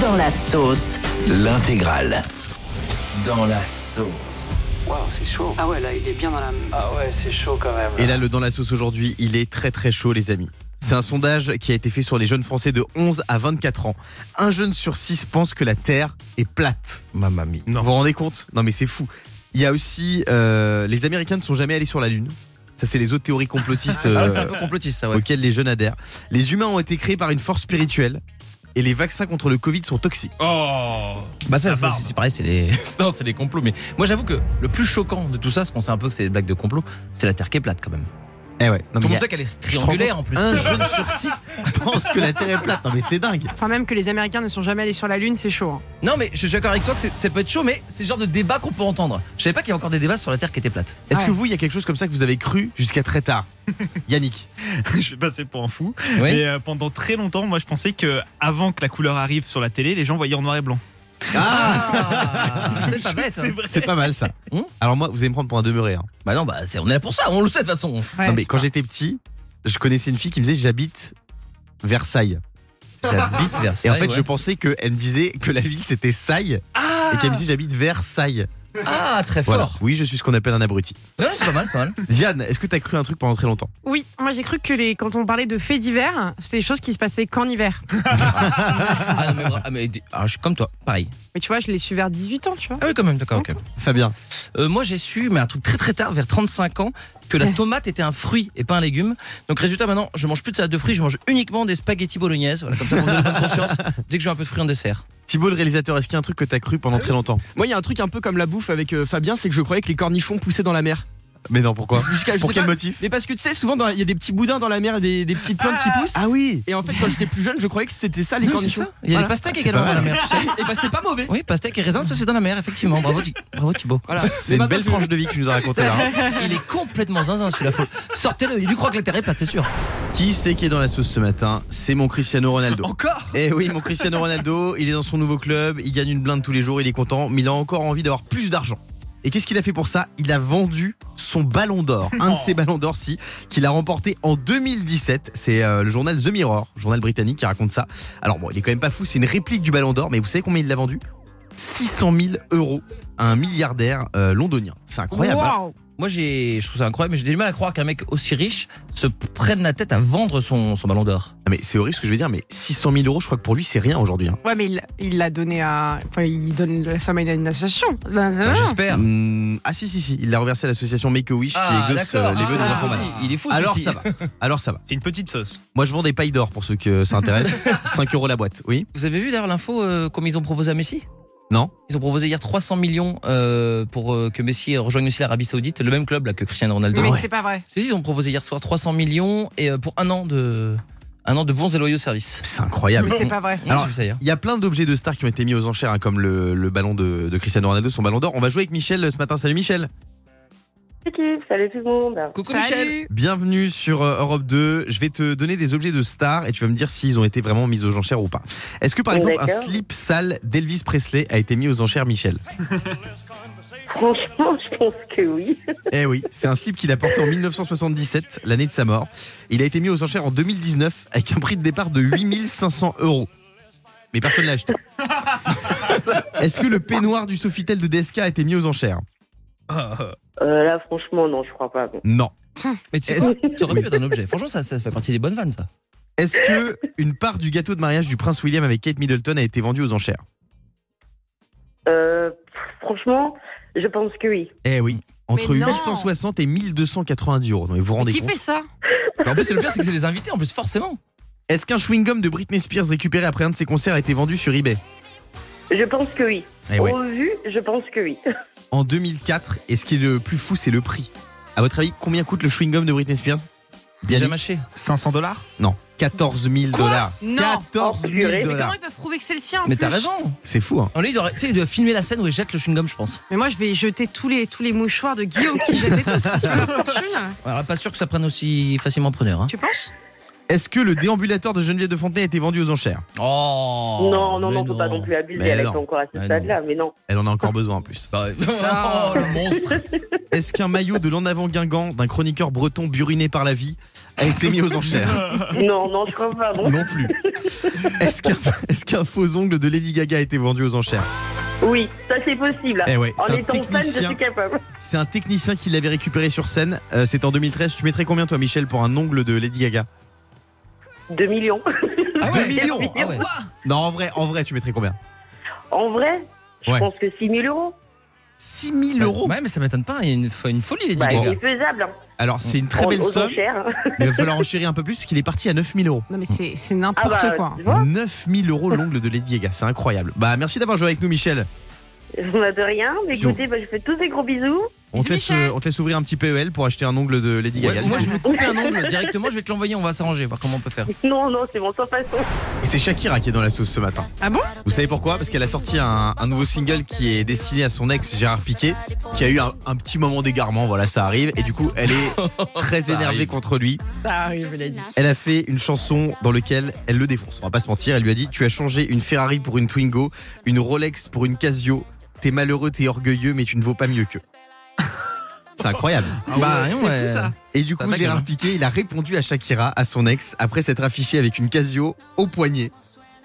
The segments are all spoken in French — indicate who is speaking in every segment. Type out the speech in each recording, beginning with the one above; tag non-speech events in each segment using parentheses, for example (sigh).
Speaker 1: Dans la sauce.
Speaker 2: L'intégrale. Dans la sauce.
Speaker 3: Waouh, c'est chaud.
Speaker 4: Ah ouais, là, il est bien dans la.
Speaker 3: Ah ouais, c'est chaud quand même.
Speaker 5: Et là, le dans la sauce aujourd'hui, il est très très chaud, les amis. C'est un sondage qui a été fait sur les jeunes Français de 11 à 24 ans. Un jeune sur 6 pense que la Terre est plate. Ma mamie.
Speaker 6: Non.
Speaker 5: Vous vous rendez compte Non, mais c'est fou. Il y a aussi euh, les Américains ne sont jamais allés sur la Lune. Ça, c'est les autres théories complotistes
Speaker 6: (laughs) Ah,
Speaker 5: euh,
Speaker 6: c'est un peu complotiste, ça, ouais.
Speaker 5: auxquelles les jeunes adhèrent. Les humains ont été créés par une force spirituelle. Et les vaccins contre le Covid sont toxiques.
Speaker 6: Oh
Speaker 7: Bah ça,
Speaker 6: La
Speaker 7: c'est-
Speaker 6: barbe.
Speaker 7: c'est pareil, c'est les... (laughs) non, c'est des complots. Mais moi, j'avoue que le plus choquant de tout ça, parce qu'on sait un peu que c'est des blagues de complot, c'est la Terre qui est plate quand même.
Speaker 5: Eh ouais.
Speaker 7: tout
Speaker 5: Non, mais
Speaker 7: le
Speaker 5: il y
Speaker 7: monde
Speaker 5: a
Speaker 7: sait qu'elle est
Speaker 5: te rends
Speaker 7: triangulaire en plus.
Speaker 5: un jeune sur 6 (laughs) pense que la Terre est plate. Non, mais c'est dingue.
Speaker 4: Enfin, même que les Américains ne sont jamais allés sur la Lune, c'est chaud. hein.
Speaker 7: (laughs) Non, mais je suis d'accord avec toi que c'est- ça peut être chaud, mais c'est le genre de débat qu'on peut entendre. Je savais pas qu'il y a encore des débats sur la Terre qui était plate.
Speaker 5: Est-ce que
Speaker 4: Ouais.
Speaker 5: vous, il y a quelque chose comme ça que vous avez cru jusqu'à très tard Yannick
Speaker 6: (laughs) Je vais passer pour un fou.
Speaker 7: Oui.
Speaker 6: Mais euh, pendant très longtemps, moi, je pensais que avant que la couleur arrive sur la télé, les gens voyaient en noir et blanc.
Speaker 7: Ah, c'est pas bête. hein.
Speaker 5: C'est pas mal ça.
Speaker 7: Hmm
Speaker 5: Alors moi, vous allez me prendre pour un demeuré. hein.
Speaker 7: Bah non, bah c'est- on est là pour ça, on le sait de toute façon.
Speaker 4: Ouais,
Speaker 5: non, mais
Speaker 4: c'est
Speaker 5: quand
Speaker 4: pas-
Speaker 5: j'étais petit, je connaissais une fille qui me disait j'habite Versailles.
Speaker 7: J'habite vers ça.
Speaker 5: Et en fait, je pensais qu'elle me disait que la ville c'était Sailles et qu'elle me disait j'habite Versailles.
Speaker 7: Ah, très
Speaker 5: Voilà.
Speaker 7: fort.
Speaker 5: Oui, je suis ce qu'on appelle un abruti.
Speaker 7: Non, non, c'est pas mal, c'est pas mal.
Speaker 5: Diane, est-ce que t'as cru un truc pendant très longtemps
Speaker 4: Oui, moi j'ai cru que les... quand on parlait de faits divers, c'était des choses qui se passaient qu'en hiver.
Speaker 7: Ah, non, mais, ah, mais- ah, je suis comme toi, pareil.
Speaker 4: Mais tu vois, je l'ai su vers 18 ans, tu vois.
Speaker 7: Ah oui, quand même, d'accord, ok.
Speaker 5: Fabien,
Speaker 7: Euh, moi, j'ai su, mais un truc très très tard, vers 35 ans, que la
Speaker 4: Ouais.
Speaker 7: tomate était un fruit et pas un légume. Donc, résultat, maintenant, je mange plus de salade de fruits, je mange uniquement des spaghettis bolognaises. Voilà, comme ça, pour vous donner bonne
Speaker 5: (laughs)
Speaker 7: conscience, dès que j'ai un peu de fruits en dessert.
Speaker 5: Thibault le réalisateur, est-ce qu'il y a un truc que t'as cru pendant très longtemps
Speaker 8: Moi, il y a un truc un peu comme la bouffe avec euh, Fabien, c'est que je croyais que les cornichons poussaient dans la mer.
Speaker 5: Mais non, pourquoi
Speaker 8: Jusqu'à je
Speaker 5: Pour
Speaker 8: sais
Speaker 5: quel
Speaker 8: pas.
Speaker 5: motif
Speaker 8: Mais parce que tu sais, souvent dans la- il y a des petits boudins dans la mer, et des, des petites plantes qui poussent.
Speaker 5: Ah oui
Speaker 8: Et en fait, quand j'étais plus jeune, je croyais que c'était ça les
Speaker 7: Oui, c'est
Speaker 8: cornichons.
Speaker 7: ça. Il y a
Speaker 8: Voilà.
Speaker 7: des pastèques
Speaker 5: Ah, C'est
Speaker 7: également
Speaker 5: pas
Speaker 7: dans la
Speaker 5: mal.
Speaker 7: mer, tu sais.
Speaker 8: Et bah, c'est pas mauvais.
Speaker 7: Oui, pastèques et raisins, ça c'est dans la mer, effectivement. Bravo, Thi- Bravo
Speaker 5: (laughs)
Speaker 7: Thibaut.
Speaker 8: Voilà.
Speaker 5: C'est
Speaker 8: Mais
Speaker 5: une
Speaker 8: maintenant,
Speaker 5: belle
Speaker 8: je-
Speaker 5: tranche de vie que tu nous as racontée là. hein.
Speaker 7: Il est complètement zinzin celui-là. Faut- Sortez-le, il lui croit que la terre est plate, c'est sûr.
Speaker 5: Qui c'est qui est dans la sauce ce matin C'est mon Cristiano Ronaldo.
Speaker 6: Encore
Speaker 5: Eh oui, mon Cristiano Ronaldo, il est dans son nouveau club, il gagne une blinde tous les jours, il est content, mais il a encore envie d'avoir plus d'argent. Et qu'est-ce qu'il a fait pour ça Il a vendu son ballon d'or, un de
Speaker 6: Oh.
Speaker 5: ses ballons d'or si, qu'il a remporté en 2017. C'est euh, le journal The Mirror, journal britannique qui raconte ça. Alors bon, il est quand même pas fou, c'est une réplique du ballon d'or, mais vous savez combien il l'a vendu 600 000 euros à un milliardaire euh, londonien. C'est incroyable. hein.
Speaker 4: Waouh
Speaker 7: Moi, j'ai, je trouve ça incroyable, mais j'ai du mal à croire qu'un mec aussi riche se prenne la tête à vendre son, son ballon d'or.
Speaker 5: Non, Ah, Mais c'est horrible ce que je veux dire, mais 600 000 euros, je crois que pour lui, c'est rien aujourd'hui. hein.
Speaker 4: Ouais, mais il- il l'a donné à. Enfin, il donne la somme à une association.
Speaker 5: Ah.
Speaker 7: J'espère.
Speaker 5: Hum, ah si si si, il l'a reversé à l'association Make a Wish qui exauce euh, les vœux des
Speaker 7: Ah,
Speaker 5: enfants malades.
Speaker 7: Il est fou.
Speaker 5: Alors
Speaker 7: celui-ci.
Speaker 5: ça va. Alors ça va.
Speaker 6: C'est une petite sauce.
Speaker 5: Moi je vends des pailles d'or pour ceux que ça intéresse. 5 euros la boîte. Oui.
Speaker 7: Vous avez vu d'ailleurs l'info euh, comme ils ont proposé à Messi
Speaker 5: Non.
Speaker 7: Ils ont proposé hier 300 millions euh, pour euh, que Messi rejoigne aussi l'Arabie Saoudite, le même club là que Cristiano Ronaldo.
Speaker 4: Mais
Speaker 7: Ouais.
Speaker 4: c'est pas vrai.
Speaker 7: Si, si, ils ont proposé hier soir 300 millions et euh, pour un an de un an de bons et loyaux services.
Speaker 5: C'est incroyable.
Speaker 4: Mais c'est pas vrai.
Speaker 7: Oui,
Speaker 5: Alors-
Speaker 7: j'ai vu ça hier.
Speaker 5: Il y a plein d'objets de stars qui ont été mis aux enchères, hein, comme le, le ballon de, de Cristiano Ronaldo, son ballon d'or. On va jouer avec Michel euh, ce matin. Salut Michel.
Speaker 9: Salut, salut tout le monde.
Speaker 7: Coucou Michel.
Speaker 4: Salut
Speaker 5: Bienvenue sur euh, Europe 2. Je vais te donner des objets de stars et tu vas me dire s'ils ont été vraiment mis aux enchères ou pas. Est-ce que par exemple un
Speaker 9: D'accord.
Speaker 5: slip sale d'Elvis Presley a été mis aux enchères, Michel
Speaker 9: Franchement, je pense que oui.
Speaker 5: Eh oui, c'est un slip qu'il a porté en 1977, l'année de sa mort. Il a été mis aux enchères en 2019 avec un prix de départ de 8500 euros. Mais personne l'a acheté. Est-ce que le peignoir du Sofitel de DSK a été mis aux enchères Ah.
Speaker 9: Euh, là, franchement, non, je crois pas. bon.
Speaker 5: Non.
Speaker 7: Mais tu sais
Speaker 5: Est-ce-
Speaker 7: quoi Tu aurais pu être un objet. Franchement, ça, ça fait partie des bonnes vannes, ça.
Speaker 5: Est-ce que une part du gâteau de mariage du prince William avec Kate Middleton a été vendue aux enchères
Speaker 9: Euh, pff, franchement, je pense que oui.
Speaker 5: Eh oui. Entre
Speaker 4: Mais non.
Speaker 5: 860 et 1290 euros. Non, mais vous vous rendez
Speaker 4: Qui
Speaker 5: compte
Speaker 4: fait ça
Speaker 7: Mais en plus, c'est le pire, c'est que c'est les invités, en plus, forcément.
Speaker 5: Est-ce qu'un chewing-gum de Britney Spears récupéré après un de ses concerts a été vendu sur eBay
Speaker 9: Je pense que oui.
Speaker 5: Eh ouais.
Speaker 9: Au vu, je pense que oui.
Speaker 5: en 2004. Et ce qui est le plus fou, c'est le prix. À votre avis, combien coûte le chewing-gum de Britney Spears
Speaker 7: Déjà
Speaker 5: Yannick
Speaker 7: mâché.
Speaker 6: 500 dollars
Speaker 5: Non, 14 000 dollars.
Speaker 4: Non.
Speaker 5: 14
Speaker 9: Oh, purée,
Speaker 5: 000
Speaker 9: mais
Speaker 4: Mais comment
Speaker 5: dollars.
Speaker 4: ils peuvent prouver que c'est le sien en
Speaker 7: Mais
Speaker 4: plus
Speaker 7: t'as raison.
Speaker 5: C'est fou, hein
Speaker 7: En lui, il doit, tu sais, il doit filmer la scène où il jette le chewing-gum, je pense.
Speaker 4: Mais moi, je vais jeter tous les, tous les mouchoirs de Guillaume qui jetaient tous sur leur fortune.
Speaker 7: Alors, pas sûr que ça prenne aussi facilement preneur. Hein.
Speaker 4: Tu penses
Speaker 5: Est-ce que le déambulateur de Geneviève de Fontenay a été vendu aux enchères
Speaker 7: Oh
Speaker 9: non, non,
Speaker 7: mais
Speaker 9: non, faut pas non plus abuser.
Speaker 5: Mais
Speaker 9: Elle est
Speaker 5: non.
Speaker 9: pas encore à ce
Speaker 7: Mais
Speaker 9: stade-là, mais non.
Speaker 5: Elle en a encore besoin en plus.
Speaker 7: Bah (laughs) ouais. Oh, le monstre
Speaker 5: Est-ce qu'un maillot de l'en avant Guingamp d'un chroniqueur breton buriné par la vie a été mis aux enchères
Speaker 9: Non, non, je crois pas.
Speaker 5: (laughs)
Speaker 9: Non.
Speaker 5: Non plus. Est-ce qu'un est-ce qu'un faux ongle de Lady Gaga a été vendu aux enchères
Speaker 9: Oui, ça c'est possible.
Speaker 5: Eh ouais,
Speaker 9: en
Speaker 5: c'est un
Speaker 9: étant fan, je
Speaker 5: technicien.
Speaker 9: suis capable.
Speaker 5: C'est un technicien qui l'avait récupéré sur scène. Euh, C'était en 2013. Tu mettrais combien toi, Michel, pour un ongle de Lady Gaga
Speaker 9: 2 millions.
Speaker 5: 2 millions
Speaker 7: Ah ouais.
Speaker 5: Non, en vrai, en vrai, tu mettrais combien
Speaker 9: En vrai, je
Speaker 5: Ouais.
Speaker 9: pense que 6 000 euros.
Speaker 5: 6000 euros
Speaker 7: Ouais, mais ça m'étonne pas. Il y a une, fo- une folie, Lady
Speaker 9: Bah,
Speaker 7: Gaga.
Speaker 9: c'est faisable. hein.
Speaker 5: Alors, c'est une très
Speaker 9: Aux-
Speaker 5: belle
Speaker 9: aux
Speaker 5: somme.
Speaker 9: enchères.
Speaker 5: Mais il va falloir enchérir un peu plus puisqu'il est parti à 9000 euros.
Speaker 4: Non, mais c'est c'est
Speaker 9: Ah
Speaker 4: n'importe
Speaker 9: bah,
Speaker 4: quoi.
Speaker 9: tu vois, (laughs)
Speaker 5: 9000 euros l'ongle de Lady Gaga, c'est incroyable. Bah, merci d'avoir joué avec nous, Michel.
Speaker 9: bah, de rien. Mais écoutez, bah, je fais tous des gros bisous.
Speaker 5: On te,
Speaker 4: Bisous,
Speaker 5: laisse,
Speaker 4: Michel.
Speaker 5: euh, on te laisse ouvrir un petit PEL pour acheter un ongle de Lady
Speaker 7: Ouais,
Speaker 5: Gaga.
Speaker 7: moi, je vais me couper un ongle directement. Je vais te l'envoyer. On va s'arranger. Voir comment on peut faire.
Speaker 9: Non, non, c'est bon, sans façon.
Speaker 5: Et c'est Shakira qui est dans la sauce ce matin.
Speaker 4: Ah bon
Speaker 5: Vous savez pourquoi Parce qu'elle a sorti un, un nouveau single qui est destiné à son ex Gérard Piquet, qui a eu un, un petit moment d'égarement, voilà, ça arrive. Et du coup,
Speaker 7: (laughs)
Speaker 5: elle est très énervée
Speaker 7: arrive.
Speaker 5: contre lui.
Speaker 4: Ça arrive, elle a dit.
Speaker 5: Elle a fait une chanson dans laquelle elle le défonce. On va pas se mentir, elle lui a dit Tu as changé une Ferrari pour une Twingo, une Rolex pour une Casio. T'es malheureux, t'es orgueilleux, mais tu ne vaux pas mieux
Speaker 7: (laughs)
Speaker 5: qu'eux. C'est incroyable. hein.
Speaker 7: bah,
Speaker 4: C'est
Speaker 7: rien,
Speaker 4: fou,
Speaker 7: ouais.
Speaker 4: ça.
Speaker 5: Et du
Speaker 7: Pas
Speaker 5: coup,
Speaker 7: mal,
Speaker 5: Gérard
Speaker 7: hein.
Speaker 5: Piquet, il a répondu à Shakira, à son ex, après s'être affiché avec une Casio au poignet.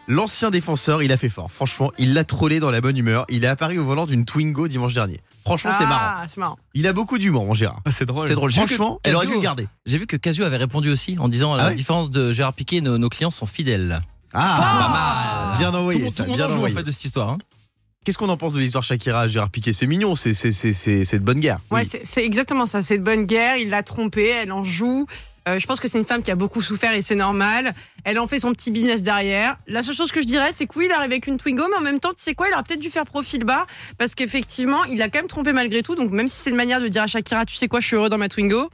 Speaker 5: L'ancien défenseur, il a fait fort. Franchement, il l'a trollé dans la bonne humeur. Il est apparu au volant d'une Twingo dimanche dernier. Franchement, c'est marrant.
Speaker 4: Ah, c'est marrant.
Speaker 5: Il a beaucoup d'humour, mon Gérard.
Speaker 6: Ah, c'est drôle.
Speaker 7: C'est drôle. J'ai vu que
Speaker 5: Franchement, elle aurait dû
Speaker 7: Casio-
Speaker 5: le garder.
Speaker 7: J'ai vu que Casio avait répondu aussi en disant à la
Speaker 5: Ah ouais
Speaker 7: différence de Gérard Piquet, nos, nos clients sont fidèles.
Speaker 5: Ah, bien
Speaker 7: Tout,
Speaker 5: envoyé.
Speaker 7: le monde-
Speaker 5: ça,
Speaker 7: tout le monde
Speaker 5: bien
Speaker 7: en joue en
Speaker 5: envoyé.
Speaker 7: fait de cette histoire. hein.
Speaker 5: Qu'est-ce qu'on en pense de l'histoire Shakira Gérard Piquet C'est mignon, c'est c'est- c'est- c'est- c'est de bonne guerre.
Speaker 4: Ouais,
Speaker 5: Oui.
Speaker 4: c'est- c'est exactement ça. C'est de bonne guerre. Il l'a trompée, elle en joue. Euh, je pense que c'est une femme qui a beaucoup souffert et c'est normal. Elle en fait son petit business derrière. La seule chose que je dirais, c'est que oui, il arrive avec une Twingo, mais en même temps, tu sais quoi, il aurait peut-être dû faire profil bas parce qu'effectivement, il a quand même trompé malgré tout. Donc, même si c'est une manière de dire à Shakira, tu sais quoi, je suis heureux dans ma Twingo.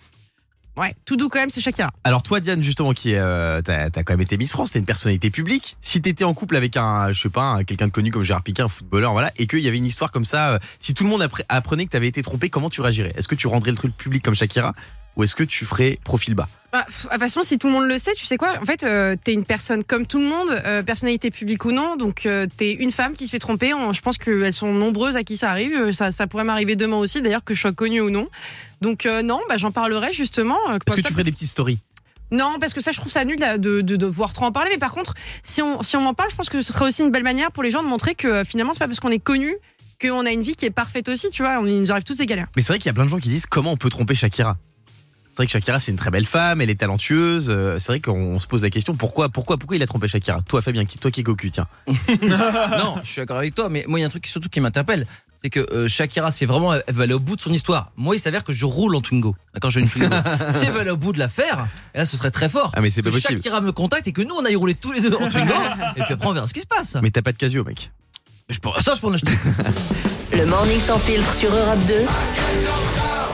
Speaker 4: Ouais, tout doux quand même, c'est Shakira.
Speaker 5: Alors toi Diane justement qui est, euh, t'as t'as quand même été Miss France, t'es une personnalité publique. Si t'étais en couple avec un, je sais pas, un- quelqu'un de connu comme Gérard Piquet, un footballeur, voilà, et qu'il y avait une histoire comme ça, euh, si tout le monde appre- apprenait que t'avais été trompé, comment tu réagirais Est-ce que tu rendrais le truc public comme Shakira ou est-ce que tu ferais profil bas
Speaker 4: Bah, pff, de toute façon, si tout le monde le sait, tu sais quoi En fait, euh, t'es une personne comme tout le monde, euh, personnalité publique ou non. Donc, euh, t'es une femme qui se fait tromper. En- Je pense qu'elles sont nombreuses à qui ça arrive. Euh, Ça, ça pourrait m'arriver demain aussi, d'ailleurs, que je sois connue ou non. Donc, euh, non, bah, j'en parlerai justement. euh,
Speaker 5: Est-ce
Speaker 4: comme
Speaker 5: que
Speaker 4: ça-
Speaker 5: tu ferais des petites stories
Speaker 4: Non, parce que ça, je trouve ça nul là, de, de, devoir trop en parler. Mais par contre, si on, si on m'en parle, je pense que ce serait aussi une belle manière pour les gens de montrer que euh, finalement, c'est pas parce qu'on est connu qu'on a une vie qui est parfaite aussi. Tu vois, on, il nous arrive tous des galères.
Speaker 5: Mais c'est vrai qu'il y a plein de gens qui disent comment on peut tromper Shakira. C'est vrai que Shakira c'est une très belle femme, elle est talentueuse. euh, C'est vrai qu'on se pose la question pourquoi, pourquoi, pourquoi il a trompé Shakira Toi Fabien, qui- toi qui es cocu, tiens.
Speaker 7: non, je suis d'accord avec toi, mais moi, il y a un truc surtout qui m'interpelle. C'est que euh, Shakira, c'est vraiment, elle veut aller au bout de son histoire. Moi, il s'avère que je roule en Twingo. Quand j'ai une Twingo. si elle veut aller au bout de l'affaire, là, ce serait très fort.
Speaker 5: Ah mais c'est pas
Speaker 7: que
Speaker 5: possible.
Speaker 7: Shakira me contacte et que nous, on aille rouler tous les deux en Twingo. et puis après, on verra ce qui se passe.
Speaker 5: Mais t'as pas de casio mec.
Speaker 7: Mais je pourrais- ça, je peux en acheter.
Speaker 1: Le morning sans filtre sur Europe 2.